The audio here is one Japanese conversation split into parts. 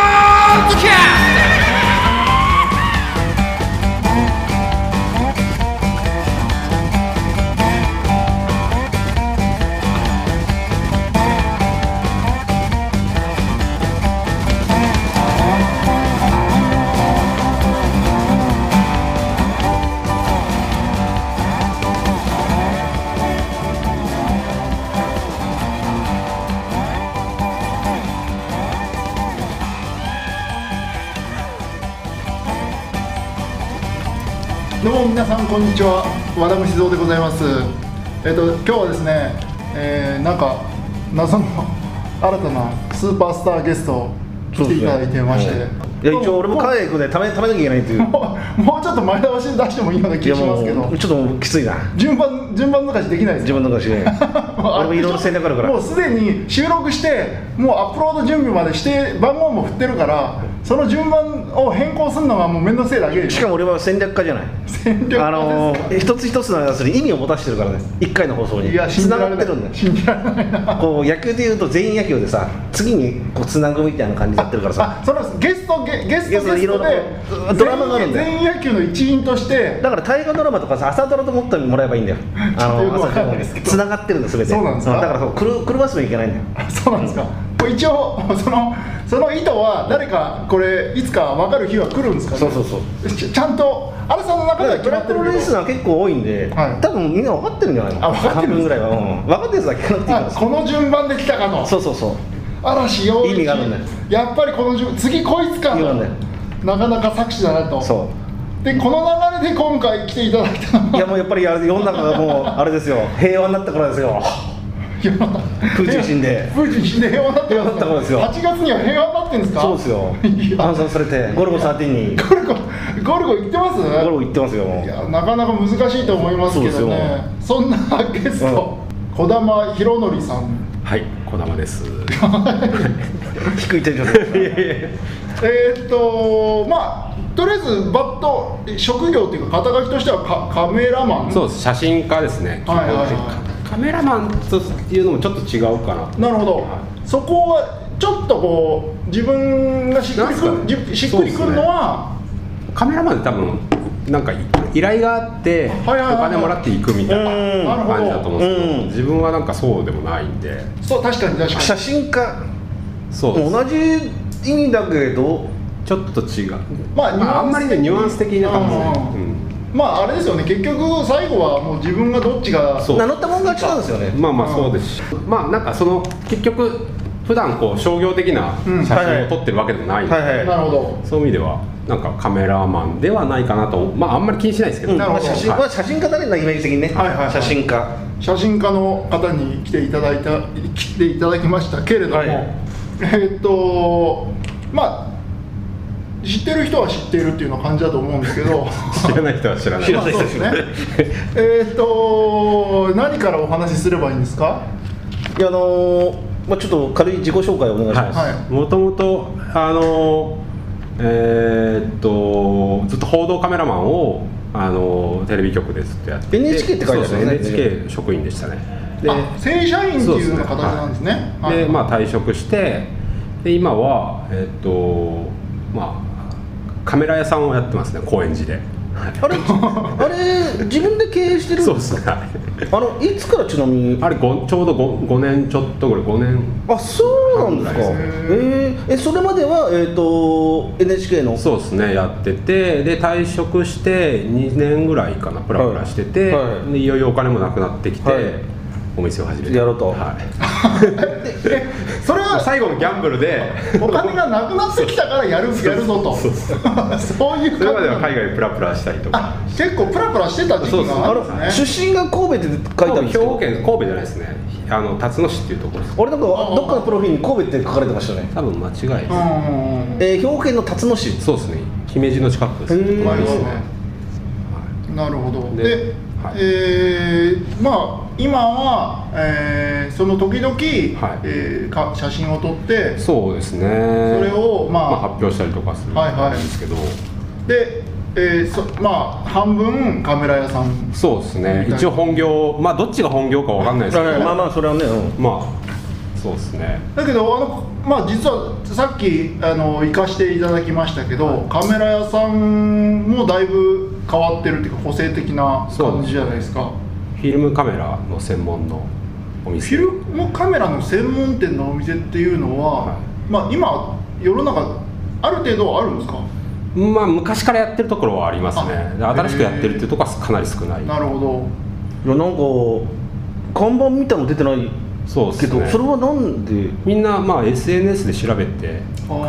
ッドキャスどうも皆さんこんにちは和田虫蔵でございますえっ、と今日はですね、えーなんか謎の 新たなスーパースターゲストを来ていただいてまして、いや一応俺も海外行くので食べ食べなきゃいけないっていうもうもうちょっと前倒しで出してもいいような気いがやしますけもどうちょっともうきついな順番順番抜かしできないです自分の中で ね俺もいろいろ戦略あるからもうすでに収録してもうアップロード準備までして番号も振ってるからその順番を変更するのがもう面倒くせえだけでしかも俺は戦略家じゃない戦略あのー一つ一つのやつに意味を持たしてるからね一回の放送に いや信つじならがれっなているんだよ信じられないなこう野球でいうと全員野球でさ次にこうつなぐみたいな感じになってる からさあそのゲストゲゲストゲストでいろいろドラマがあるんだよ全員野球の一員として だから大河ドラマとかさ朝ドラと思ってもらえばいいんだよあちょっとよくわかんないですけどつながってるんだ全てそうなんですかだからそうくる狂わせてもいけないんだよあそうなんですか、これ一応 そのその意図は誰かこれいつか分かる日は来るんですか、ね、そうそうそううちちゃんとあれさんの中では決ブまラっッてクるのけどレースナー結構多いんで、はい多分みんな分かってるんじゃないのあ分かってる半ん分ぐですかいらは、うん、分かってるやつだけなっていいからあこの順番で来たかのそうそうそう嵐陽一意味があるんだよやっぱりこの順次こいつか意味があるんだよなかなか作詞だなとそでこの流れで今回来ていただいたのう いがやもうやっぱりあれ世の中がもうあれです よ平和になった頃ですよいや空中心で プーチン死んで平和になってる平和になったからですよ8月には平和になってるんですかそうですよいや暗算されてゴルゴ13にゴルゴゴルゴ行ってますゴルゴ行ってますよもいうやなかなか難しいと思いますけどねそんなゲスト、児玉博則さんはい、児玉です。低いテンションでえーっとまあとりあえずバッと職業っていうか肩書きとしてはカカメラマンそうです、写真家ですね。はいはいはカメラマンというのもちょっと違うかな。いなるほどそこはちょっとこう自分がしっくりくなんすかねるじしっくりくるのはカメラマンで多分なんか依頼があって、はいはいはいお金もらっていくみたいうんな感じだと思うんですけど、うん自分はなんかそうでもないんで、そう確かに確か写真家そうです同じ意味だけどちょっと違う。まあニュアンスあんまりねニュアンス的な感じですねうん。にまああれですよね結局最後はもう自分がどっちがそう名乗ったもん勝ちなんですよねうんまあまあそうですし、まあなんかその結局普段こう商業的なうん写はい真はをい撮ってるわけでもないんで、はいはいなるほどそういう意味ではなんかカメラマンではないかなと、まああんまり気にしないですけど。うんなるほどまあ写真はいまあ写真家だねなイメージ的にね、はいはいはい写真家写真家の方に来ていただいた来ていただきましたけれども、はいえーっとまあ知ってる人は知っているっていうような感じだと思うんですけ ど知らない人は知らない知らないまあそうですねえーっと何からお話しすればいいんですかいやあのーまあ、ちょっと軽い自己紹介をお願いします、はもともとあのえーっとずっと報道カメラマンをあのテレビ局でずっとやってて NHK って書いてあるそうよですねね NHK 職員でしたねであ正社員っていうような形なんですねそうですねはいでまあ退職してで今はえーっとまあカメラ屋さんをやってますね高円寺であれあれ自分で経営してるそうですねはいあのいつからちなみにあれごちょうど 5, 年ちょっとぐらい5年あそうなんですかそうなんですえーえそれまでは、えー、と NHK のそうですねやっててで退職して2年ぐらいかなプラプラしてて、はいはいいでいよいよお金もなくなってきて、はいお店を始めてやろうと はい、えそれは最後のギャンブルで お金がなくなってきたからやるやるぞとそうそういうそれまでは感海外でプラプラしたりとかあ結構プラプラしてた時期がああるのんですね出身が神戸って書いてあるんで兵すけど庫県神戸じゃないですねあの辰野市っていうところです俺なんかどっかのプロフィールに神戸って書かれてましたね、多分間違うい、んうんうんえー、兵庫県の辰野市そうですね姫路の近くですへー隣ですねなるほどでではいえーまあ今は、えーその時々、えーか写真を撮ってそうですねそそれをまあ発表したりとかするはいはいんですけど、で、えーそまあ半分カメラ屋さんそうですね一応本業まあどっちが本業かわかんないですけど、まあまあそれはね、うんまあそうですねだけどあの、まあ、実はさっきあの行かしていただきましたけど、カメラ屋さんもだいぶ変わってるっていうか個性的な感じじゃないですかフィルムカメラの専門のおフィ店ルムカメラの専門店のお店っていうのは、はいまあ、今世の中ある程度はあるんですかまあ昔からやってるところはありますねであ新しくやってるっていうところはかなり少ないなるほどいやなんか看板見たの出てないそうでけすどねそれはなんでみんなまあ SNS で調べてく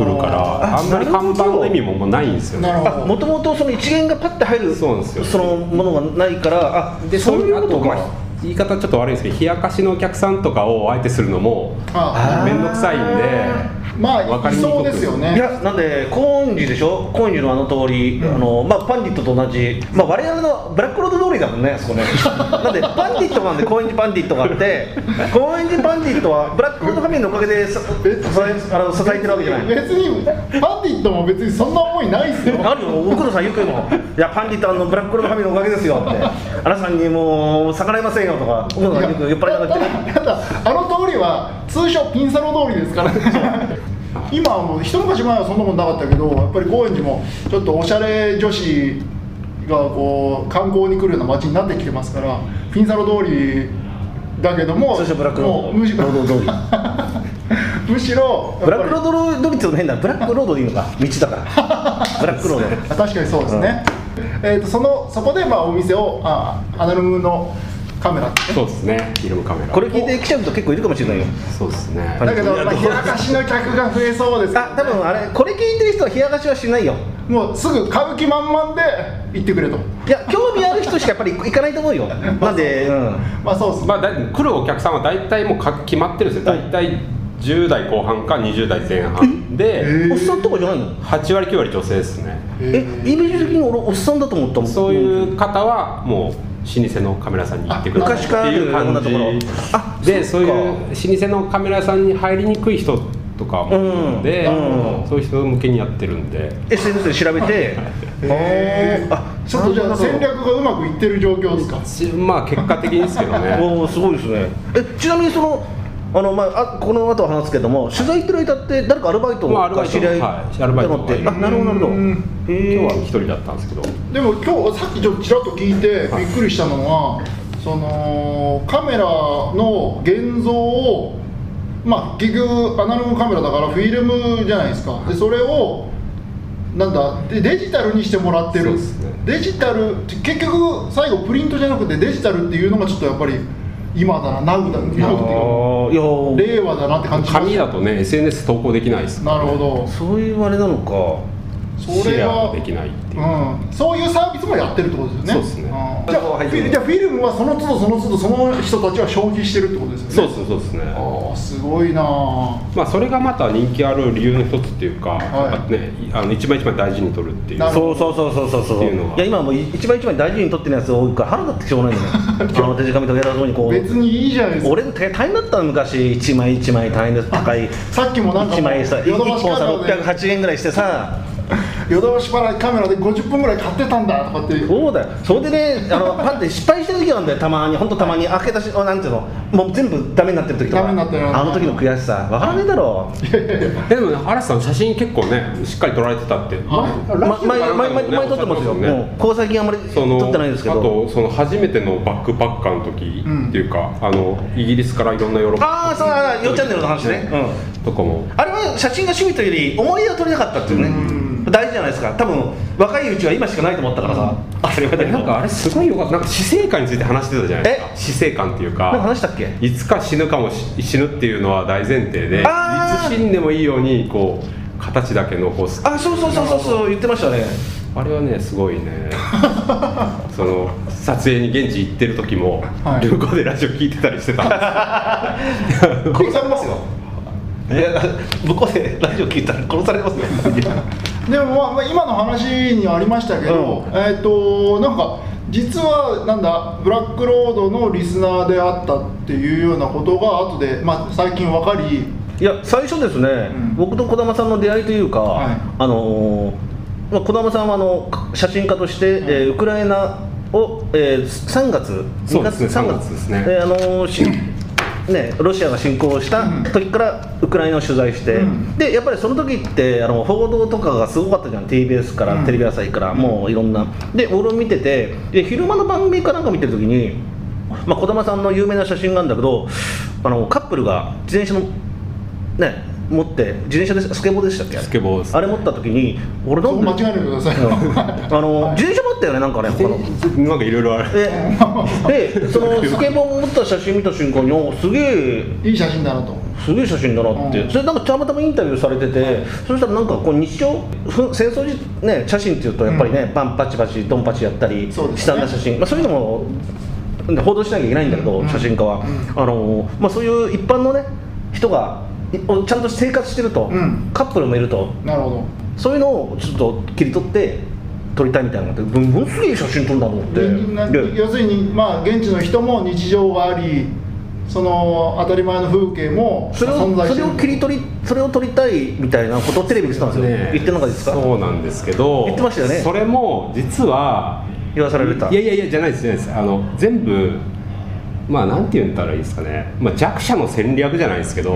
るからあーあんまり看板の意味ももうないんですよねなるほどもともとその一元がパッて入るそうなんですよそのものがないからあでそうそういいうこうあとと、かまあ、言い方ちょっと悪いですけど冷やかしのお客さんとかを相手するのもーあ面倒くさいんでまわあいかりにくくそうですよねいやなんで高円寺でしょ高円寺のあの通り、あのまあパンディットと同じまあ我々のブラックロード通りだもんねあそこね なんでパンディットがあんで高円寺パンディットがあ って高円寺パンディットはブラックロードファミリーのおかげでさ支えあの支えてるわけじゃない別にパンディットも別にそんな思いないですよあるよ、奥野さんよく言うもん、いや、パンディットあのブラックロードファミリーのおかげですよって、あなたにもう逆らえませんよとか、奥野さんよく酔っ払いながら言ってる。ただあの通りは通称ピンサロ通りですから今はもう一昔前はそんなことなかったけどやっぱり高円寺もちょっとおしゃれ女子がこう観光に来るような街になってきてますからピンサロ通りだけども通称ブラックロードもうむしろロード通むしろブラックローードロード率の変だ、ブラックロードでい いのか、道だから、ブラックロード。確かにそうですね、えー、とそのそこでまあお店をあアナログのカメラってそうですねフィルムカメラこれ聞いてきちゃう人結構いるかもしれないよ。そうですねだけど、まあ、冷やかしの客が増えそうですけどねあ、多分あれ、これ聞いてる人は冷やかしはしないよ。もうすぐ買う気満々で行ってくれといや、興味ある人しかやっぱり行かないと思う よ。なんで、うん。まあそうっすねまあ、だ来るお客さんは大体もうか決まってるんですよ大体10代後半か20代前半でえーおっさんとかじゃないの8割9割女性ですねえ、イメージ的に俺、おっさんだと思ったもん。そういう方はもう老舗のカメラさんに行ってください昔っからあてるいよううな感ところじあでそそっうかいう老舗のカメラさんに入りにくい人とかもいるので、うんうんそういう人向けにやってるんで SNS で調べて、へえあちょっとじゃなあるほど戦略がうまくいってる状況ですかしまあ結果的にですけど ねおおすごいですねえちなみにそのあの、まあ、あこの後話すけども取材行ってる間って誰かアルバイトまあアルバがイト知り合いはいアルバイトだって、があいるなるほどなるほどうんへ今日はー一人だったんですけどでも今日さっきちょっとちらっと聞いてはびいっくりしたのはそのカメラの現像をまあ結局アナログカメラだからフィルムじゃないですかでそれをなんだでデジタルにしてもらってそうる、ですねデジタルって結局最後プリントじゃなくてデジタルっていうのがちょっとやっぱり今だなナウだナウっていうあかーいやー令和だなって感じしま紙しだとね SNS 投稿できないですたからなるほどそういうあれなのかそシれェアはできないっていう、うん、そういうサービスもやってるってことですよねそうですねんじゃあフィルじゃあフィルムはその都度その都度その人たちは消費してるってことですよねそうですねそうですねああすごいなあまあそれがまた人気ある理由の一つっていうはいか、やっぱねあの一枚一枚大事に取るっていうなるほそうそうそうそうそうそうっていうのはいや今はもうい一番一番大事に取ってるやつ多いから腹立ってしょうがないんだよあの手近みとか偉そうにこ別うにいいじゃないですか俺の大変だったの昔一枚一枚大変です高いさっきもなんか一枚さ一ヨドバ本シカさメラ608円ぐらいしてさでヨドバシカメラで50分ぐらい買ってたんだとかってそうだよそれでねあのパッて失敗してる時があるんだよたまに本当たまに開けたしあなんていうのもう全部ダメになってる時とかダメになってるあの時の悔しさわからねえだろでもね原瀬さん写真結構ねしっかり撮られてたって、はラまジオ毎毎かなんかで毎もね毎撮ってますよ、おっしゃってまもうここ最近あんまりその撮ってないですけあどとその初めてのバックパッカーの時うんっていうか、あのイギリスからいろんなヨーロッパああそうあよチャンネルの話ね、うんとかもあれは写真が趣味というより思い出を撮りたかったっていうねうん大事じゃないですか多分若いうちは今しかないと思ったからさ当たり前だけどなんかあれすごいよかったなんか死生観について話してたじゃないですか死生観っていうかなんか話したっけいつか死ぬかもし死ぬっていうのは大前提でいあーつ死んでもいいようにこう形だけ残すあそうそうそうそうそう言ってましたねあれはねすごい ねその撮影に現地行ってる時も、はい旅行でラジオ聞いてたりしてたんで 殺されますよいや向こうでラジオ聞いたら殺されますよ でも、まあまあ、今の話にはありましたけど、うんえっ、となんか実はなんだブラックロードのリスナーであったっていうようなことが後で、まあ、最近分かりいや最初ですね、ん僕と児玉さんの出会いというか、はいあのーまあ、児玉さんはあの写真家として、えーウクライナを、えー、3月そうですね三3月ですねえーあのーしね、ロシアが侵攻した時からウクライナを取材して、うんでやっぱりその時ってあの報道とかがすごかったじゃん TBS から、うんテレビ朝日からもういろんなで俺を見ててで昼間の番組かなんか見てる時に、まあ、児玉さんの有名な写真があるんだけどあのカップルが自転車のね持って自転車でスケボーでしたっけあれスケボーですあれ持った時に俺なそこんで間違えないでください、あの自転車持ったよねなんかね他の。なんかいろいろあるででそのスケボー持った写真見た瞬間におすげえ いい写真だなとすげえ写真だなって、うんそれなんかたまたまインタビューされててそしたらなんかこう日常ふ戦争時、ね、写真っていうとやっぱりね、バンパチパチドンパチやったり、悲そうですね惨な写真、まあ、そういうのもね報道しなきゃいけないんだけど、うん写真家は、うあのまあ、そういう一般のね人がいちゃんと生活してると、うんカップルもいるとなるほどそういうのをちょっと切り取って撮りたいみたいなのがあってものすげえ写真撮るんだと思って。なで要するにまあ現地の人も日常がありその当たり前の風景もそれ存を在そしてれるを切り取りそれを撮りたいみたいなことをテレビで言ってたんですよ、言ってなかったですかそうなんですけど言ってましたよねそれも実は言わされたいやいやいやじゃないですじゃないですあの全部まあなんて言ったらいいですかね、まあ、弱者の戦略じゃないですけど、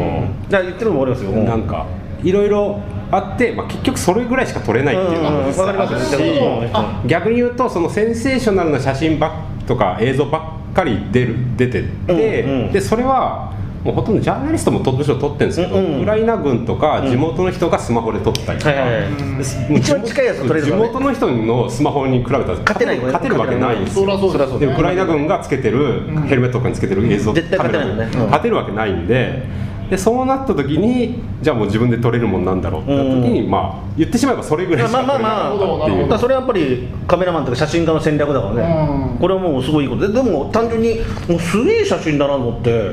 じゃあ言ってるのもありますよもうなんかいろいろあって、まあ、結局それぐらいしか撮れないっていうのうんうんうがんわかりますあるしよ言ってることも逆に言うとそのセンセーショナルな写真ばっとか映像ばっかり出る出てって、うんうんでそれはもうほとんどジャーナリストもとむしろ撮ってるんですけど、うんうんウクライナ軍とか地元の人がスマホで撮ったりとか。はいはいはいうんもう一番近いやつを撮れる地からね元の人のスマホに比べたら勝てないよね勝てるわけないんですそよりゃそうですよでウクライナ軍がつけてるうんヘルメットとかにつけてる映像絶対勝てないよねカメラうん勝てるわけないんででそうなった時にじゃあもう自分で撮れるもんなんだろうってなった時に、まあ言ってしまえばそれぐらいしか撮れまなあまあまあかったってないるほどなるほうどだからそれはやっぱりカメラマンとか写真家の戦略だからね、うんこれはもうすごいいいことででも単純にもうすげえ写真だなと思って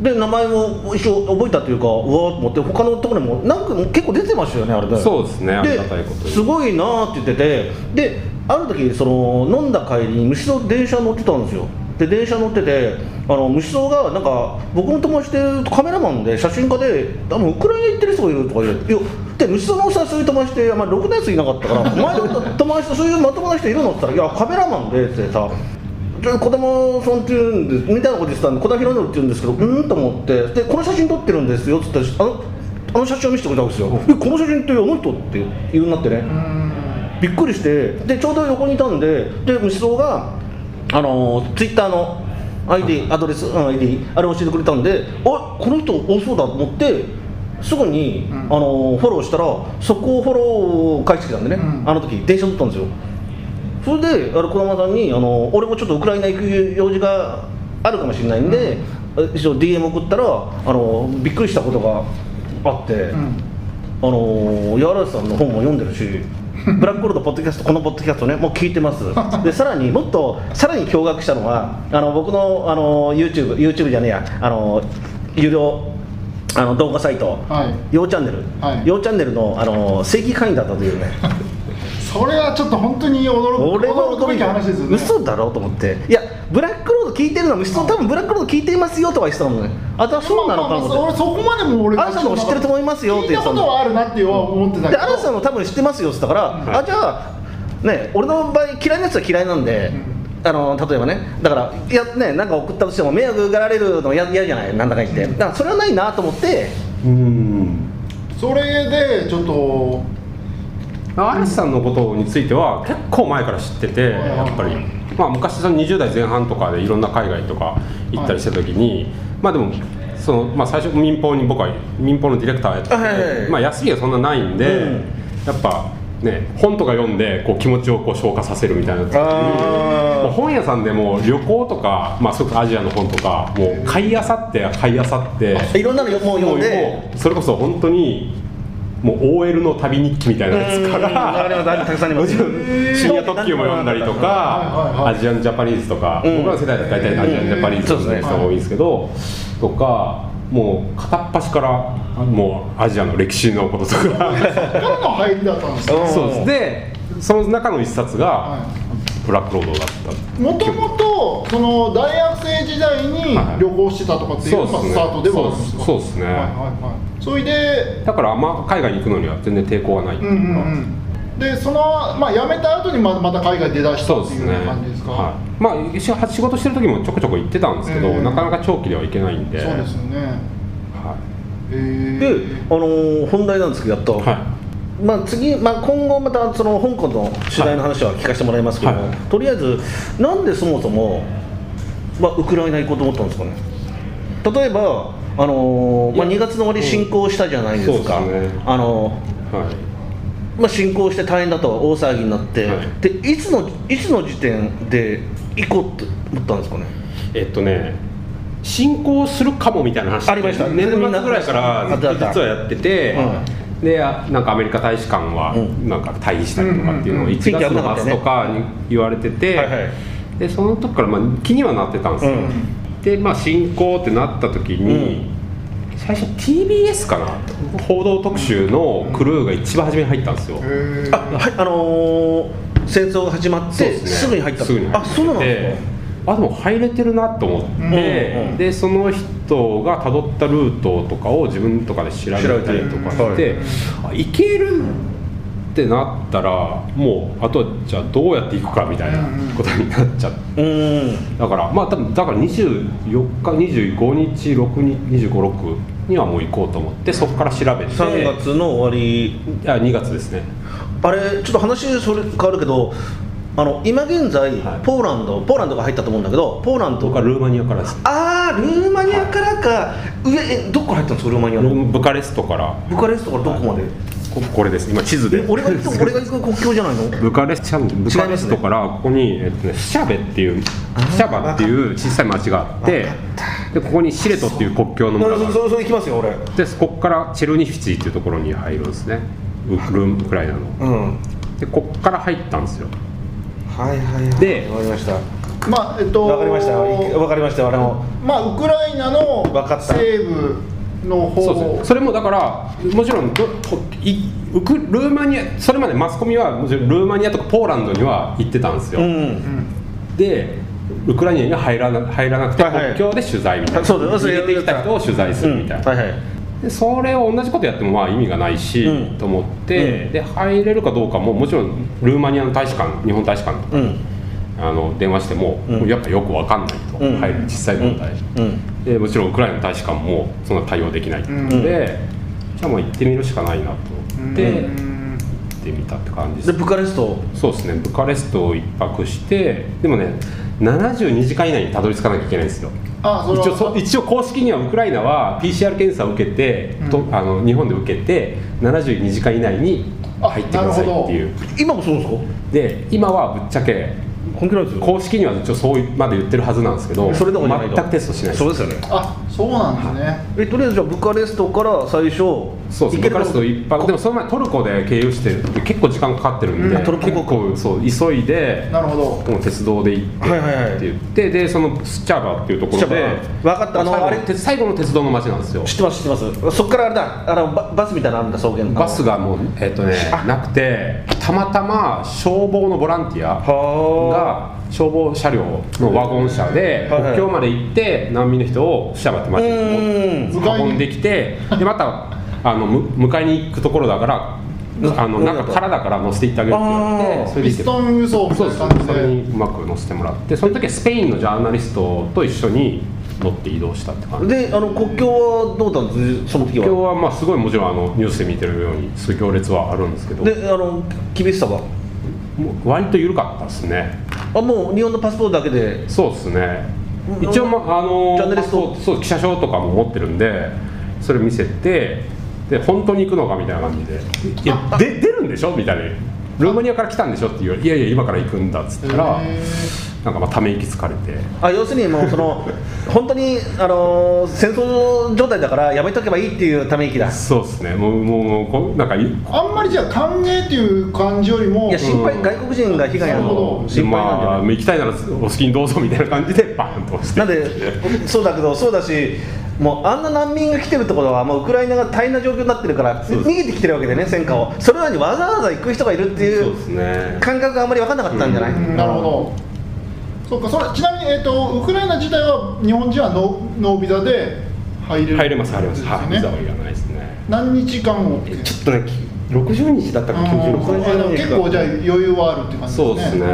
で名前も一応覚えたというかうわーと思って他のところにもなんか結構出てましたよねあれでそうですねありがたいことにすごいなーって言っててである時その飲んだ帰りに虫と電車乗ってたんですよで電車乗っててあの虫蔵がなんか僕の友達でカメラマンで写真家で多分ウクライナ行ってる人がいるとか言っていやで虫蔵のさそういう友達ってあんまりろくなやついなかったから お前の友達とそういうまともな人いるのって言ったら「いやカメラマンで」ってさちょ子供さんっていうんですみたいなこと言ってたんで小田博則って言うんですけどうーんと思ってでこの写真撮ってるんですよっつったらあのあの写真を見せてくれたんですよ、えこの写真ってあの人って言うになってね、びっくりしてでちょうど横にいたんでで虫蔵があのツイッターの ID アドレス、うん ID あれ教えてくれたんであこの人多そうだと思ってすぐに、うんあのフォローしたらそこをフォロー返してきたんでね、うんあの時電車乗ったんですよそれであの児玉さんにあの「俺もちょっとウクライナ行く用事があるかもしれないんで、一応 DM 送ったらあのびっくりしたことがあって、うんあのー、柔らさんの本も読んでる しブラックゴールドポッドキャストこのポッドキャストねもう聞いてますでさらにもっとさらに驚愕したのはあの僕の、あのー、YouTube, YouTube じゃねえや、あのー有料あの動画サイト、はいようチャンネル、はいようチャンネルの、あのー正規会員だったというね それはちょっと本当に驚く俺は驚く驚べいきた話ですよね嘘だろうと思っていやブラックロード聞いてるのは嘘多分ブラックロード聞いていますよとは言ってたもんねあとはそうなのかなと思って俺そこまでも俺あなたのも知ってると思いますよって聞い言ったてたこんだとはあるなっては思ってたけでどアラさんも多分知ってますよって言ったから、んあじゃあね俺の場合嫌いなやつは嫌いなんで、あの例えばねだからいやねなんか送ったとしても迷惑がられるの嫌嫌じゃないなんだか言ってだからそれはないなと思ってうんそれでちょっと嵐さんのことについては結構前から知っててやっぱり、まあ、昔その20代前半とかでいろんな海外とか行ったりした時に、まあでもその、まあ、最初民放に僕は民放のディレクターやってて、あはいはいはいまあ、安いはそんなないんで、うんやっぱね本とか読んでこう気持ちをこう消化させるみたいな時にもう本屋さんでもう旅行とか、まあ、すごくアジアの本とかもう買いあさって買いあさって。いろんなのよもうも読うんでもうそれこそ本当にもう OL の旅日記みたいなやつかうんわかりますあれたらくさんありますもちろん深夜特急も読んだりとはいはいかはいアジアンジャパニーズとか、うん僕らの世代だと大体アジアンジャパニーズうん読んでる人が多いんですけど、とかもう片っ端からもうアジアの歴史のこととかからの入りだったんですよそうですでその中の一冊が「ブラックロード」だったもともとその大学生時代に旅行してたとかっていうのがはいスタートではあるんですかそうですねはいはいはいそれでだからあんま海外に行くのには全然抵抗はないってういんううか、んうんでそのまあ辞めた後にままた海外出だしたそうっでてすいねう感じですかはい、まあ一緒仕事してる時もちょこちょこ行ってたんですけど、うんなかなか長期では行けないんでそうですよねはえで、あー、のー本題なんですけどやっと、い、はまあ、次、まあ、今後またその香港の取材の話は聞かせてもらいますけども、はいとりあえずなんでそもそも、まあ、ウクライナ行こうと思ったんですかね例えば、あのーまあ、いや2月の終わり侵攻したじゃないですか、うんそうですねあのーいはいまあ、侵攻して大変だと大騒ぎになって、はいでいつのいつの時点で行こうって思ったんですかねえっとね進行するかもみたいな話ありました年末ぐらいからみんなずっと実はやっててあったあっ、であなんかアメリカ大使館はうんなんか退避したりとかっていうのを1月の末とかに言われてて、はいはいでその時からまあ気にはなってたんですよ、うんでまあ進行ってなった時に、最初 TBS かな報道特集のクルーが一番初めに入ったんですよ、えあー、はいあのー戦争が始まってそうす,、ですねぐに入ったすぐに入っあてそうなんですかあでも入れてるなと思って、うんうんでその人がたどったルートとかを自分とかで調べたりとか調べしてて、あ行けるってなったらもうあとはじゃあどうやって行くかみたいなことになっちゃって。うーんだからまあ多分だから24日25日6日25、6にはもう行こうと思ってそこから調べて3月の終わりあ2月ですねあれちょっと話それ変わるけどあの今現在、はいポーランドポーランドが入ったと思うんだけどポーランド僕はルーマニアからですああルーマニアからか、上えどこ入ったんですかルーマニアのブカレストからブカレストからどこまで、ここれです今地図でえ俺が行 く俺が行く国境じゃないのブカレスチャンブカレストからここに、えっとね、シャベっていうシャバっていう小さい町があってでここにシレトっていう国境の村があるそそれ行きますよ俺でここからチェルニフィツィっていうところに入るんですねウクルウクライナのうんでここから入ったんですよはいはいはいでわかりましたまあえっとわかりましたわかりましたあれもまあウクライナのわかった西部の方そうですねそれもだからもちろんどこいウクルーマニアそれまでマスコミはもちろんルーマニアとかポーランドには行ってたんですよ、うんでウクライナには入らな入らなくてはいはい国境で取材みたいな、あそうだそれ入れてきた人を取材するみたいな、うんはいはいでそれを同じことやってもまあ意味がないし、うんと思って、うんで入れるかどうかももちろんルーマニアの大使館日本大使館とか、うんあの電話しても,、うんやっぱよくわかんないと、うん入る実際問題、うんでもちろんウクライナの大使館もそんな対応できないっていうので、じゃあもう行ってみるしかないなと思って、う行んってみたって感じですでブカレストそうですねブカレストを一泊してでもね72時間以内にたどり着かなきゃいけないんですよあそれは一応そ一応公式にはウクライナは PCR 検査を受けて、とあの日本で受けて72時間以内に入ってくださいっていう今もそうですかで今はぶっちゃけ本気なんですよ公式には一応そうまで言ってるはずなんですけどそれでもじゃない全くテストしないですそうですよねあそうなんですねえとりあえずじゃあブカレストから最初そうです行ブけカレスト一泊でもその前トルコで経由して結構時間かかってるんで、うんトルコ結構そう急いでなるほどもう鉄道で行ってはいはいはいって言ってでそのスチャバっていうところでスチャバわかったあの最後あれ鉄最後の鉄道の街なんですよ知ってます知ってますそっからあれだあのババスみたいなのあるんだ草原のバスがもうえっ、とねなくてたまたま消防のボランティアはが消防車両のワゴン車ではいはい国境まで行って難民の人をスチャバって街うにん持って運んできてでまたあのむ迎えに行くところだからあのなんか空だから乗せていってあげるって言われあーてそれピで行ってストン輸送みたそいうなです感じそれでにうまく乗せてもらってその時はスペインのジャーナリストと一緒に乗って移動したって感あじであの国境はどうだったんですその時今日ははまあすごいもちろんあのニュースで見てるようにすごい行列はあるんですけどであの厳しさはもう割と緩かったですねあもう日本のパスポートだけでそうですねうん一応、まああのジャーナリストそうそう記者証とかも持ってるんでそれ見せてで本当に行くのかみたいな感じで「いやで出るんでしょ?」みたいな「ルーマニアから来たんでしょ?」って言われ「いやいや今から行くんだ」っつったらへなんかまあため息つかれて。あ要するに もうその本当にあの戦争状態だからやめとけばいいっていうため息だいそうですねもうもうもうこなんかいあんまりじゃあ歓迎っていう感じよりもや心配、うん外国人が被害なあるるほのど心配なんじゃまなあい、行きたいならお好きにどうぞみたいな感じでバーンと押してなんでそうだけどそうだしもうあんな難民が来てるところはもうウクライナが大変な状況になってるからそう逃ですげてきてるわけでね戦火をそれなのにわざわざ行く人がいるっていそううですね感覚があんまり分かんなかったんじゃない、うんなるほどそうかそれちなみに、えっとウクライナ自体は日本人はノーノービザで入れる入れます入れますですよはいねビザはいらないですね何日間をちょっとね60日だったかうん96日あでも結構じゃあ余裕はあるっていう感じそうですね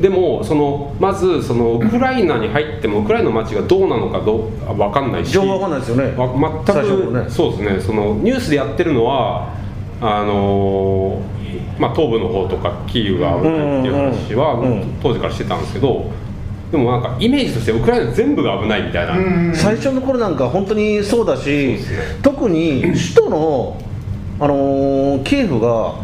でもそのまずそのウクライナに入ってもウクライナの街がどうなのかどうあ分かんないし情報わかんないですよねわ最初全く、のねそうですねそのニュースでやってるのはあのーまあ、東部の方とかキーウが危ないっていう話は、うんうんうん当時からしてたんですけどでもなんかイメージとしてウクライナ全部が危ないみたいな、うん最初の頃なんか本当にそうだし特に首都の、あのーキエフが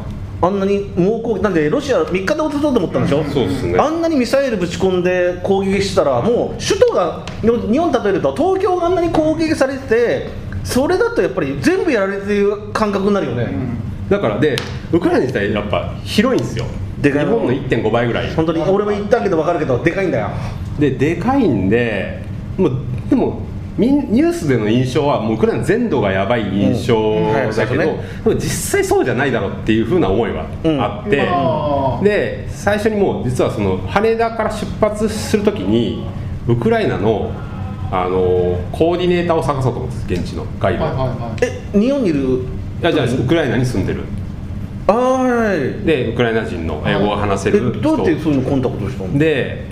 あんなに猛攻撃なんでロシア3日で落とそうと思ったんでしょ、そうですねあんなにミサイルぶち込んで攻撃したらもう首都が日本例えると東京があんなに攻撃されててそれだとやっぱり全部やられてる感覚になるよね、だからでウクライナ自体やっぱ広いんですよでかい日本の1.5倍ぐらい本当に俺も言ったけど分かるけどでかいんだよででかいんでもうでもみんニュースでの印象はもうウクライナ全土がやばい印うん象はいだそうけど、ででも実際そうじゃないだろうっていうふうな思いはあって、うんあーで最初にもう実はその羽田から出発するときにウクライナのあのコーディネーターを探そうと思うんです現地のガイド、はいはいいはいえ日本にいるやじゃあウクライナに住んでるあーいでウクライナ人の英語を話せえる人どうやってそういうのコンタクトしたので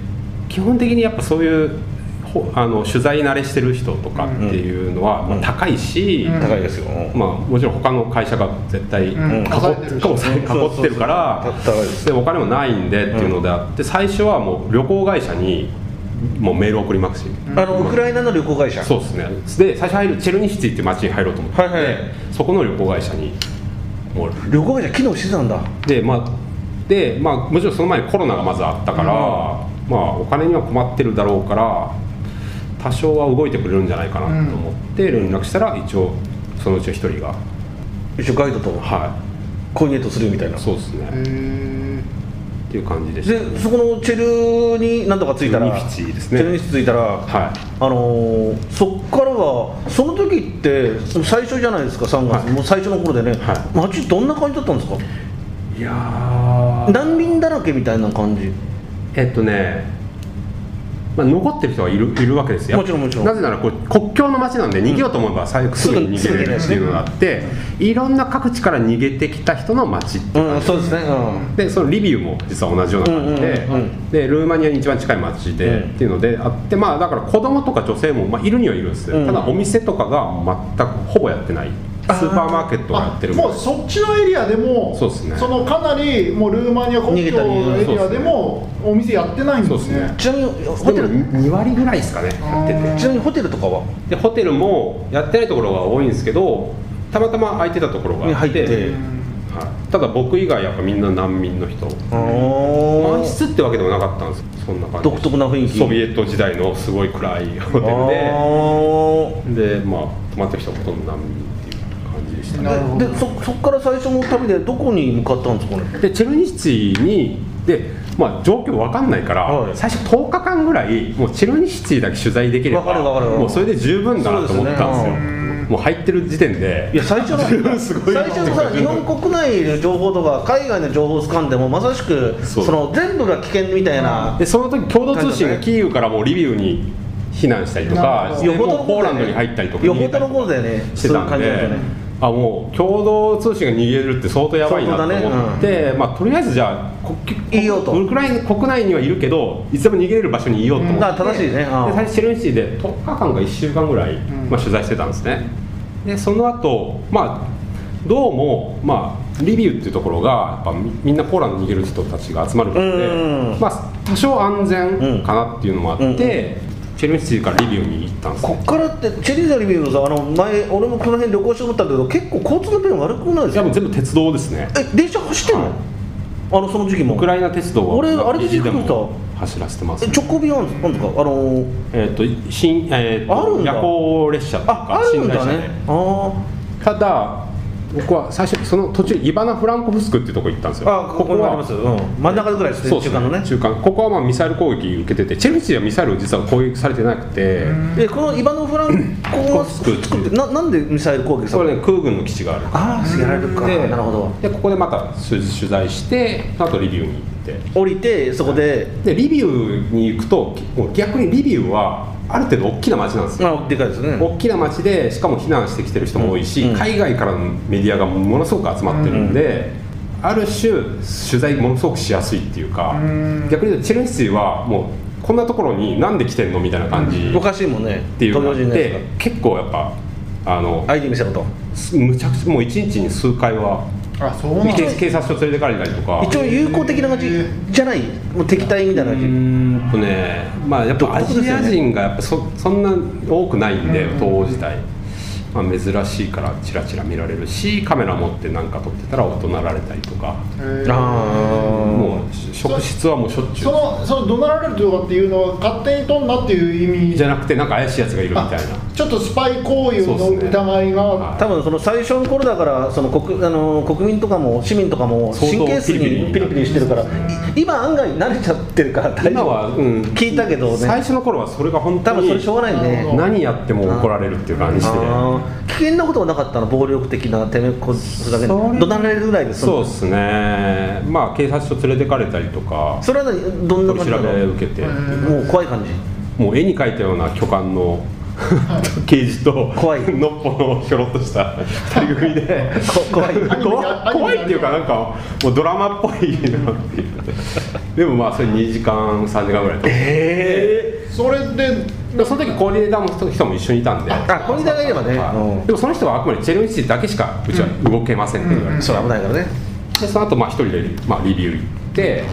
基本的にやっぱそういうほあの取材慣れしてる人とかっていうのは、まあ、高いし、うん高いですよ、まあ、もちろん他の会社が絶対囲っんてるかもしれないうん囲ってるからそうそうそう高いですでお金もないんでっていうのであって最初はもう旅行会社にもうメール送りますし。あのウクライナの旅行会社そうですねで最初入るチェルニヒツィっていう町に入ろうと思って、はいはいそこの旅行会社にもう旅行会社機能してたんだでまあでまあもちろんその前にコロナがまずあったから、まあお金には困ってるだろうから多少は動いてくれるんじゃないかなと思って連絡したら一応そのうちの一人が一応ガイドとはコーディネートするみたいないそうですね、へーっていう感じでしたでそこのチェルに何とか着いたらチェルニフィチですねチェルニフィチ着いたら、はいあのーそっからはその時って最初じゃないですか3月、はいもう最初の頃でね、は街どんな感じだったんですかいやー難民だらけみたいな感じえっとね、まあ、残ってる人はいるいるわけですよもちろんもちろんなぜならこう国境の町なんで逃げようと思えば最悪すぐに逃げれるっていうのがあっていろんな各地から逃げてきた人の町っていううんそうですねうんでそのリビウも実は同じような感じで,、うんうんうんうでルーマニアに一番近い町で、うんっていうのであってまあだから子供とか女性も、まあ、いるにはいるんですよ、うんただお店とかが全くほぼやってないスーパーマーケットがやってるあもうそっちのエリアでもそうっすねのかなりもうルーマニア国境のエリアでもお店やってないんですそうっすねねちなみにホテでもル2割ぐらいですかねやっててちなみにホテルとかはでホテルもやってないところが多いんですけどたまたま空いてたところがあ入っっててはい、ただ僕以外やっぱみんな難民の人あ満ー室ってわけでもなかったんですそんな感じ独特な雰囲気ソビエト時代のすごい暗いホテあールででまあ泊まってる人はほとんど難民っていう感じでしたねなるほどでそそこから最初の旅でどこに向かったんですかねでチェルニヒツィにでまあ状況わかんないから、はい最初10日間ぐらいもうチェルニヒツィだけ取材できればわかるわかるもうそれで十分だなと思ったんですよそうですもう入ってる時点でいや最初 の最初のさ日本国内の情報とか海外の情報を掴んでもまさしくそそうの全部が危険みたいなでその時共同通信がキーウからもうリビウに避難したりとなるかほどでよもほどうのポこーとラだよンドねに入ったりとかよほどのことだよねしてたそういんう感じだでとねあもう共同通信が逃げるって相当やばいなと相当だね思って、まあ、とりあえずじゃあ国いようとウクライナ国内にはいるけどいつでも逃げれる場所にいようと思って、だから正しいねあで最ー初チェルニヒツィで10日間か1週間ぐらい、んまあ、取材してたんですねでその後まあどうもまあリビウっていうところがやっぱみみんなポーランドに逃げる人たちが集まるので、うんまあ、多少安全かなっていうのもあって、うんうんチェルニヒツィからリビウに行ったんですねこっからってチェリーザリビューのさあの前俺もこの辺旅行して思ったけど結構交通の便悪くないでいすやかもう全部鉄道ですねえ電車走ってんのあのその時期もウクライナ鉄道は俺あれで一時びっくりしたも走らせてますえね、直行便あるんですかあのーえっ、と新えっ、あるとんだ夜行列車とあかある寝ん台だ車ねであただ僕は最初その途中イバナ・フランコフスクっていうとこ行ったんでーすよあここにあります、うん、真ん中ぐらいですねそうです中間のね中間ここはまあミサイル攻撃受けててチェルニヒツィはミサイル実は攻撃されてなくて、えこのイバノフランココをフスクっていう作ってななんでミサイル攻撃さそれれね空軍の基地があるああやられるかでなるほどでここでまた取取材してあとリビウに行って降りてそこででリビウに行くともう逆にリビウはある程度大きな町なんですよまあでかいですね大きな町でしかも避難してきてる人も多いし、うんうん海外からのメディアがものすごく集まってるんで、ある種取材ものすごくしやすいっていううか、ん逆に言うとチェルンシーはもうこんなところになんで来てんのみたいな感じおっかしいもんねていうのがあ東京っ人てね結構やっぱあの相手見せろとすむちゃくちゃもう1日に数回はあそうなんだ警警察署連れてかれたりとか一応友好的な感じじゃないもう敵対みたいなう感じーんとねまあやっぱア独特ですジよアね人がやっぱそそんな多くないんでうん東欧自体、まあ、珍しいからチラチラ見られるしカメラ持ってなんか撮ってたら怒鳴られたりとか、へーあもう職質はもうしょっちゅそうのその怒鳴られるとかっていうのは勝手に飛んだっていう意味じゃなくてなんか怪しいやつがいるみたいなあちょっとスパイ行為そのうですね疑いがはい多分その最初の頃だからその国あの国民とかも市民とかも相当神経質ピリピリにピリピリしてるからい今案外慣れちゃってるから大今丈は、うん、夫聞いたけど最ね初の頃はそれが本多当分そにれしょうがないなるほねど何やっても怒られるっていう感じであー危険なことはなかったの暴力的なてめえこふざけんそなれ怒鳴られるぐらいですそうですねまあ警察署連れてかれたりとかそれは何どんな取感じりな調べの受けて、うんもう怖い感じもう絵に描いたような巨漢の刑事と怖いのっぽのひょろっとした2人組でこ怖い怖アニメい怖いっていうかなんかもうドラマっぽいなっていうでもまあそれ2時間3時間ぐらいと、えそれででその時コーディネーターの人も一緒にいたんで、あこれだけいればねはうい、んでもその人はあくまでチェルンシーだけしかうちは動けませんって言われて、それ危ないからねでその後まあ一人で、まあ、リビュー行って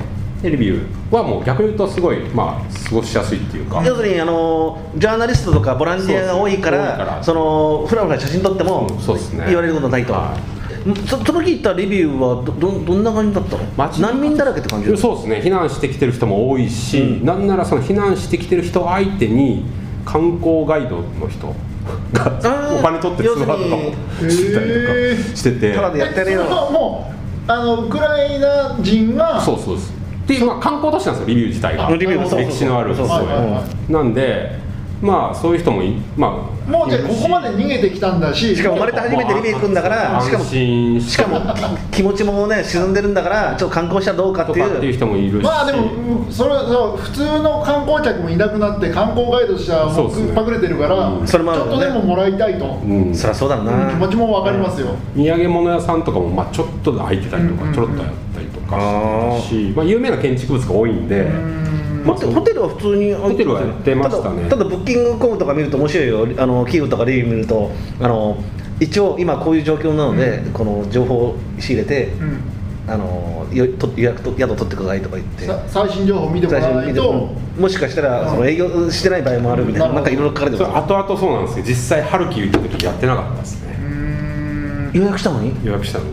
でリビューはもう逆に言うとすごいまあ過ごしやすいっていうか、要するにあのジャーナリストとかボランティアが多いかそう多いかららそのフラフラ写真撮ってもうんそうですね言われることないとはそその時行ったレビューはどどどんな感じだったの街の難民だらけって感じそうですね避難してきてる人も多いし、うんなんならその避難してきてる人相手に観光ガイドの人がーお金取ってツアーとかも要するにしてたりとかしてて、ただでやってねええそれよはもうあのウクライナ人がそうそうですっていう、まあ、観光都市なんですよリビウ自体があリビウそ歴うそうそう史のあるそうそうそうはいはいはなんでまあそういう人もいまあもうじゃあここまで逃げてきたんだししかも生まれて初めてリビウ行くんだからしかも安心ししかもき気持ちもね沈んでるんだからちょっと観光したらどうかってとかっいていうう人もいるし、まあでもそれそう普通の観光客もいなくなって観光ガイドとしてはもそううですねくっぱぐれてるから、うんちそょれもあっるよねとでももらいたいと、うんそりゃそうだろう気持なちもわかりますよ、土産物屋さんとかもまあちょっと空いてたりとうんうんうかんちょろっとやったりとかしてたし、まあ、有名な建築物が多いんで、ホテホテルは普通にホホテルはやってましたねただただブッキングコムとか見ると面白いよあのキーウとかリビウ見るとあの一応今こういう状況なので、この情報を仕入れて、うんあのよと予約と宿取ってくださいとか言ってさ最新情報見ても最ら初わにな見いてとももしかしたらその営業してない場合もあるみたいな、うんなんかいろいろ書かれてそれま後々そうなんですけど実際ハルキウ行った時やってなかったですねす予約したのに予約したのに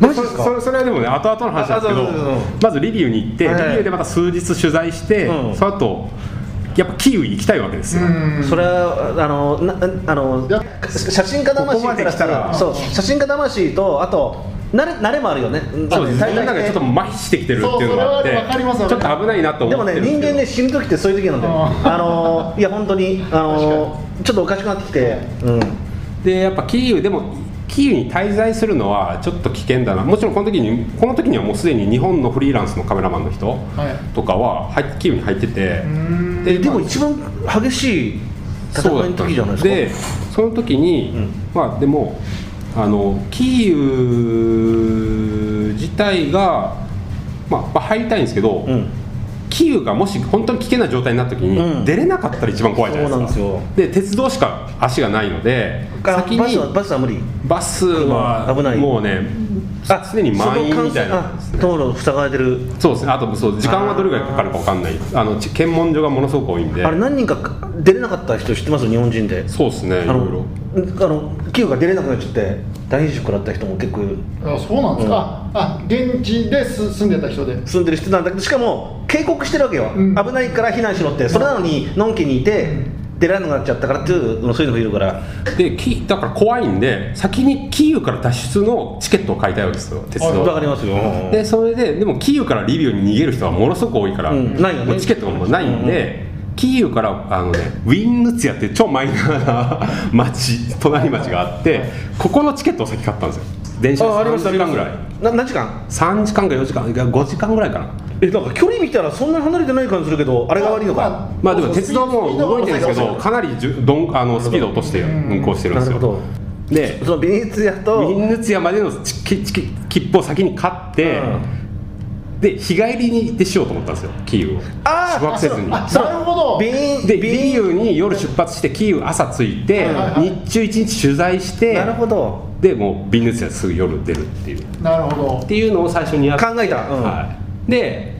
マジですそれかそれはでもね後々の話なんですけあそうそうそうそうどまずリビウに行ってリはいビウでまた数日取材して、うんその後やっぱキーウに行きたいわけですよ、うんそれはあのなあのいや写真家魂ここまで来たらそう写真家魂とあと慣れ慣れもあるよねそうですだねってなんかちょっと麻痺してきてるっていうのがあっそうそてれはわかりますちょっと危ないなとで思もってねるんです人けど間ね死ぬ時ってそういう時なんだよああのーいや本当にあのーちょっとおかしくなってきてうんでやっぱキーウでもキーウに滞在するのはちょっと危険だなもちろんこの時にこの時にはもうすでに日本のフリーランスのカメラマンの人いとかは入っキーウに入っててんででも一番激しい戦いの時じゃないですかでその時に、うんまあでもあのキーウ自体が、まあ、まあ入りたいんですけど、うんキーウがもし本当に危険な状態になった時に、うん出れなかったら一番怖いじゃないですかそうなんで鉄道しか足がないのであ先にバスはバスは無理バスは危ないもうねあ常に満員みたいそのな感染あ道路塞がれてるそうですねあとそう時間はどれぐらいかかるかわかんないあのち検問所がものすごく多いんであれ何人か出れなかった人知ってます日本人でそうですねいあろいろのあのキーウが出れなくなっちゃって大変食らった人も結構いるあそうなんですか、ああ現地です住んでた人で住んでる人なんだけどしかも警告してるわけよ、うん危ないから避難しろってそれなのにのんきにいて出られなくなっちゃったからっていうのそういうのがいるからでキだから怖いんで先にキーウから脱出のチケットを買いたいわけですよ鉄あわか道りますよ、でそれででもキーウからリビウに逃げる人はものすごく多いから、うんないよねもうチケットがもうないんで、キーウからあの、ね、ウィンヌツィア っていう超マイナーな町隣町があってここのチケットを先買ったんですよ電車であありま3した時間ぐらいな何時間3時間か4時間いや5時間ぐらいかなえなんか距離見たらそんなに離れてない感じするけどあれが悪いのか、まあでも鉄道も動いてるんですけどかなりじゅどんあのスピード落として運行してるんなでするほよどでそのビニツヤビとンヌツヤまでのチキチキ切符を先に買って、で日帰りに行ってしようと思ったんですよキーウをあー宿泊せずにあなるほどビーンでビリーンユに夜出発してキーウ朝着いて日中一日取材してなるほどでもうビンヌツヤすぐ夜出るっていうっなるほどていうのを最初にやって考えた、うんはい、で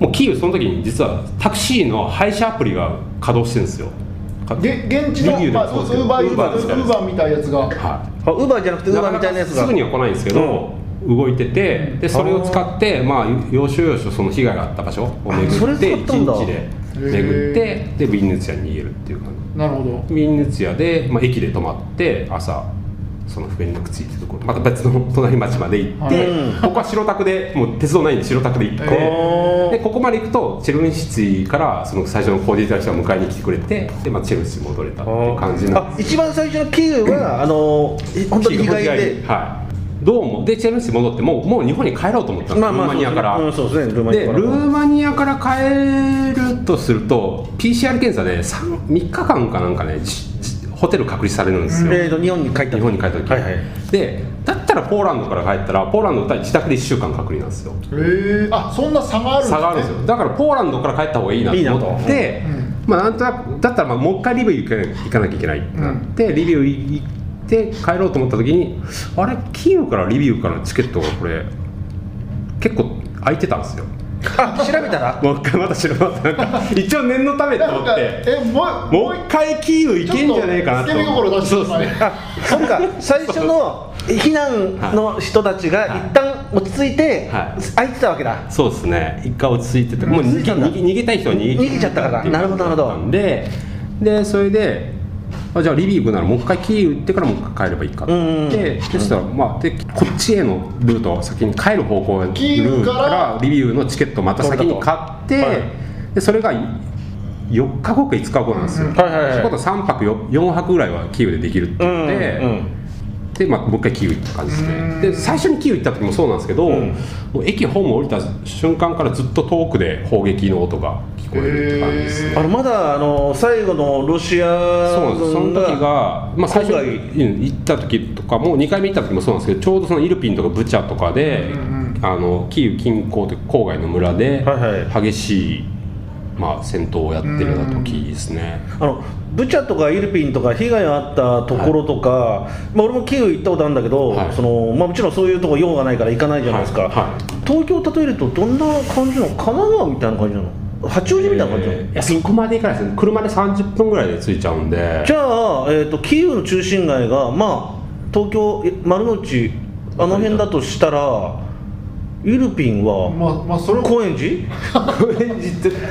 もうキーウその時に実はタクシーの配車アプリが稼働してるんですよかげ現地リニの、ューでまあ、そウうですけどーバーイーツ Uber ですからウーバーみたいなやつがはいあウーバーじゃなくてウーバーみたいなやつかかがすぐには来ないんですけど、動いててでそれを使ってまあ要所要所その被害があった場所を巡あそれって使一ったんだ日で巡ってでビンヌツヤに逃げるっていう感なるほどじビンヌツヤで、まあ、駅で泊まって朝そのフェンの口ってところまた別の隣町まで行って、うんここは白タクでもう鉄道ないんで白タクで行って、へーでここまで行くとチェルニシツィからその最初のコーディネーターの人が迎えに来てくれてで、まあ、チェルシーに戻れたっていう感じなんであす一番最初のキーウは、あのえ本当に意外で、はい、どうもでチェルシー戻ってもうもう日本に帰ろうと思ったんです、ルーマニアから、うん、そうですねルーマニアでからルーマニアから帰るとすると PCR 検査で 3, 3日間かなんかねじじホテル隔離されるんですよ、えーと日本に帰った日本に帰った時、はいはいでだったらポーランドから帰ったらポーランドは自宅で1週間隔離なんですよへえあそんな差があるんですね差があるんですよだからポーランドから帰った方がいいいいななとと思ってまあなんとなくだったらまあもう一回リビウ行かな行かなきゃいけないってなって、リビウ行って帰ろうと思った時にあれキーウからリビウからのチケットがこれ結構空いてたんですよあ調べたらもう一回また知らなかったなんか一応念のためとなん思か ってえもうもう一回キーウ行けんじゃねえかなちょっととつけそう身心で出してすねあそっか最初の避難の人たちが一旦落ち着いて、はい空いてたわけだそうですね一回落ち着いててもう落ち着い逃げたんだ逃げ逃げたい人は逃げ逃げちゃったからっていうなるほどなるほどだったんででそれであじゃあリビブならもう一回キーウ行ってからもう一回帰ればいいかってうんうんでそしたらまあでこっちへのルートを先に帰る方向のルキーーウトからからリビウのチケットをまた先に買って、はいでそれが4日後か5日後なんですよ、んはいはいはいそうこと3泊4泊ぐらいはキーウでできるって言って、で、まあ、もう一回キーウ行った感じですねで最初にキーウ行った時もそうなんですけど、んもう駅ホーム降りた瞬間からずっと遠くで砲撃の音が聞こえるって感じですね、あのまだあの最後のロシアそうなんですその軍時が、まあ、最初今回うん行った時とかも2回目行った時もそうなんですけどちょうどそのイルピンとかブチャとかで、あのキーウ近郊というか郊外の村ではい激しい、まあ、戦闘をやってるような時ですね、あのブチャとかイルピンとか被害あったところとか、まあ、俺もキーウ行ったことあるんだけど、はいそのまあ、もちろんそういうとこ用がないから行かないじゃないですか、はいはい東京を例えるとどんな感じなの神奈川みたいな感じなの八王子みたいな感じなの、えーいやそこまで行かないですね車で30分ぐらいで着いちゃうんでじゃあ、えー、とキーウの中心街が、まあ、東京え丸の内あの辺だとしたらイルピンは まあまあそれも高円寺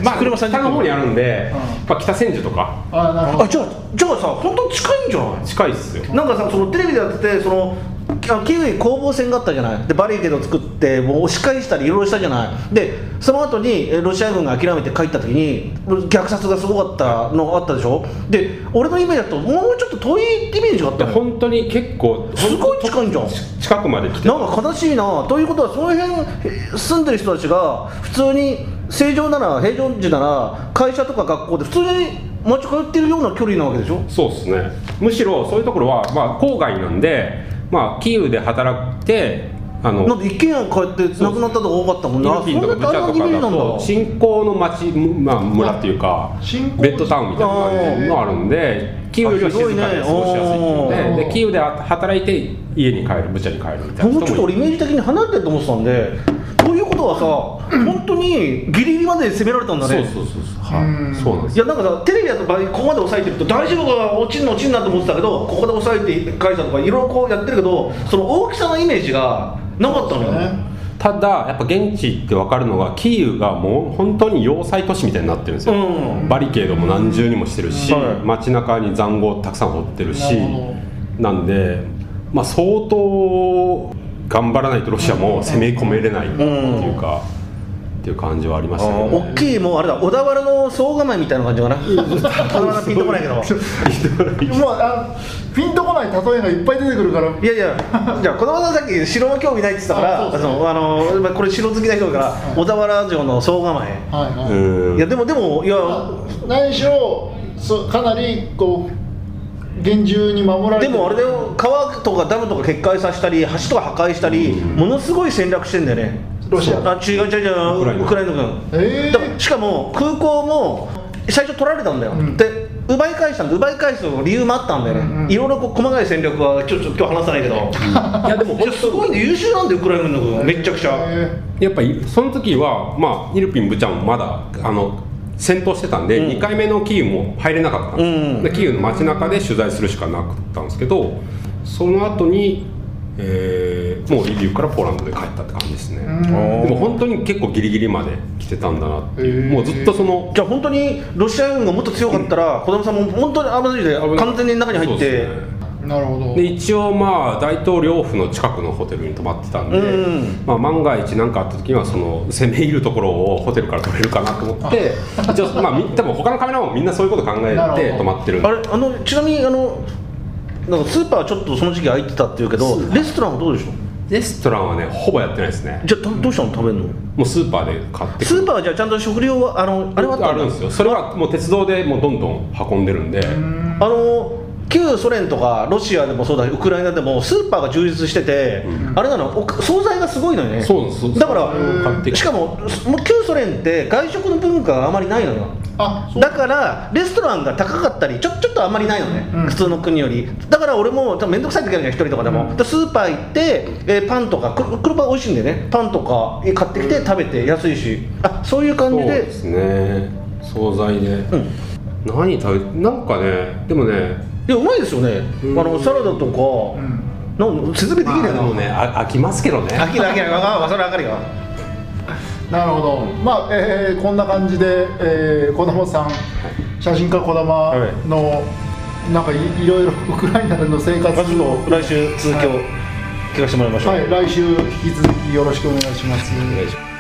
まあ車30分北の方にあるんで、うまあ、北千住とかあなるほどあじゃあじゃあさ本当に近いんじゃない近いっすよなんかさそのテレビでやっててそのきあのキーウに攻防戦があったじゃないでバリケード作ってもう押し返したりいろいろしたじゃないでその後にえロシア軍が諦めて帰った時に虐殺がすごかったのがあったでしょで俺のイメージだともうちょっと遠いイメージがあっでたのよ本当に結構すごい近いんじゃん近くまで来てなんか悲しいなということはその辺え住んでる人たちが普通に正常なら平常時なら会社とか学校で普通に街通ってるような距離なわけでしょそうですねむしろそういうところは、まあ、郊外なんで、まあ、キーウで働いてあのなんで一軒家こうやって亡くなったとこ多かったもんイねルピンとかブチャあそんなと大変なイメージなかだんだと新興の町、むまあ、村っていうか新興ベッドタウンみたいな感じのあるんでキーウよりは静かで過ごしやあすいので,、広いねおーでキーウで働いて家に帰るブチャに帰るみたいもうちょっなと人も俺イメージ的に離れてると思ってたんでということはさ本当にギリギリまで攻められたんだそうねそうそうそうはいそうなんですいやなんかさテレビだと場合ここまで抑えてると大丈夫か落ちんの落ちんなと思ってたけどここで抑えて会社とかいろいろこうやってるけどその大きさのイメージがなかったのよねただやっぱ現地って分かるのがキーウがもう本当に要塞都市みたいになってるんですよ、うんバリケードも何重にもしてるし、はい街中に塹壕たくさん掘ってるしなるほなんで、まあ、相当頑張らないとロシアも攻め込めれないっていうか、っていう感じはありましたけど、ね、大きいもうあれだ小田原の総構えみたいな感じかな小田原ピンとこない けどもうあピンとこない例えがいっぱい出てくるからいやいやじゃあ子供さんさっき城は興味ないって言ってたからあそそうですねのあのまあこれ城好きな人だからい小田原城の総構えはいはい、うんいやでもでもいや何しろそうかなりこう厳重に守られでてもあれだよ川とかダムとか決壊させたり橋とか破壊したりものすごい戦略してんだよねロシアあ違う違う違うウクライナウクライナ軍えーだからしかも空港も最初取られたんだよ、うんで奪い返したんで奪い返すの理由もあったんだよね、うんうんいろいろこう細かい戦略はちょっと今日話さないけど、いやでもすごいね優秀なんだよウクライナの軍めっちゃくちゃ、えやっぱりその時は、まあ、イルピン部ちゃんもまだあの戦闘してたんで、うん2回目のキーウも入れなかったんです、うんでキーウの街中で取材するしかなかったんですけどその後に、えーもうリビウからポーランドで帰ったって感じですね、ーうんでも本当に結構ギリギリまで来てたんだなっていう、へーもうずっとそのじゃあ本当にロシア軍がもっと強かったら、子供さんも本当に危ないで完全に中に入そうっでてすねなるほどで一応まあ大統領府の近くのホテルに泊まってたんで、うんまあ、万が一何かあった時にはその攻め入るところをホテルから撮れるかなと思 って一応まあみ多分他のカメラマンもみんなそういうこと考えなるてほど泊まってるんであれあのちなみにあのなんかスーパーはちょっとその時期空いてたっていうけどレストランはどうでしょうレストランはねほぼやってないですねじゃあたどうしたの食べるのもうスーパーで買ってスーーパーはじゃあちゃんと食料はあのああれはあったるんですよそれはもう鉄道でもうどんどん運んでるんでうんあの旧ソ連とかロシアでもそうだしウクライナでもスーパーが充実してて、あれなのお惣菜がすごいのよねそうなんですそうなんですだかそれを買ってらきてしかももう旧ソ連って外食の文化があまりないのよあそうだからレストランが高かったりちょちょっとあんまりないのね、うん普通の国よりだから俺も面倒くさい時あるじゃん一人とかでも、でスーパー行って、えーパンとかく車が美味しいんでねパンとかえー買ってきて食べて安いしあそういう感じそうでですね惣菜で、うん何食べなんかねでもねいやうまいですよねあうんのサラダとか、うんなんか説明できないまあな、でもねあ飽きますけどね飽きる飽きるわかるそれわかるよなるほどまあ、えーこんな感じで、えー、児玉さん写真家児玉の、なんかいいろ いろウクライナでの生活まずを来週続きを聞かせてもらいましょう、はい、来週引き続きよろしくお願いします。お願いします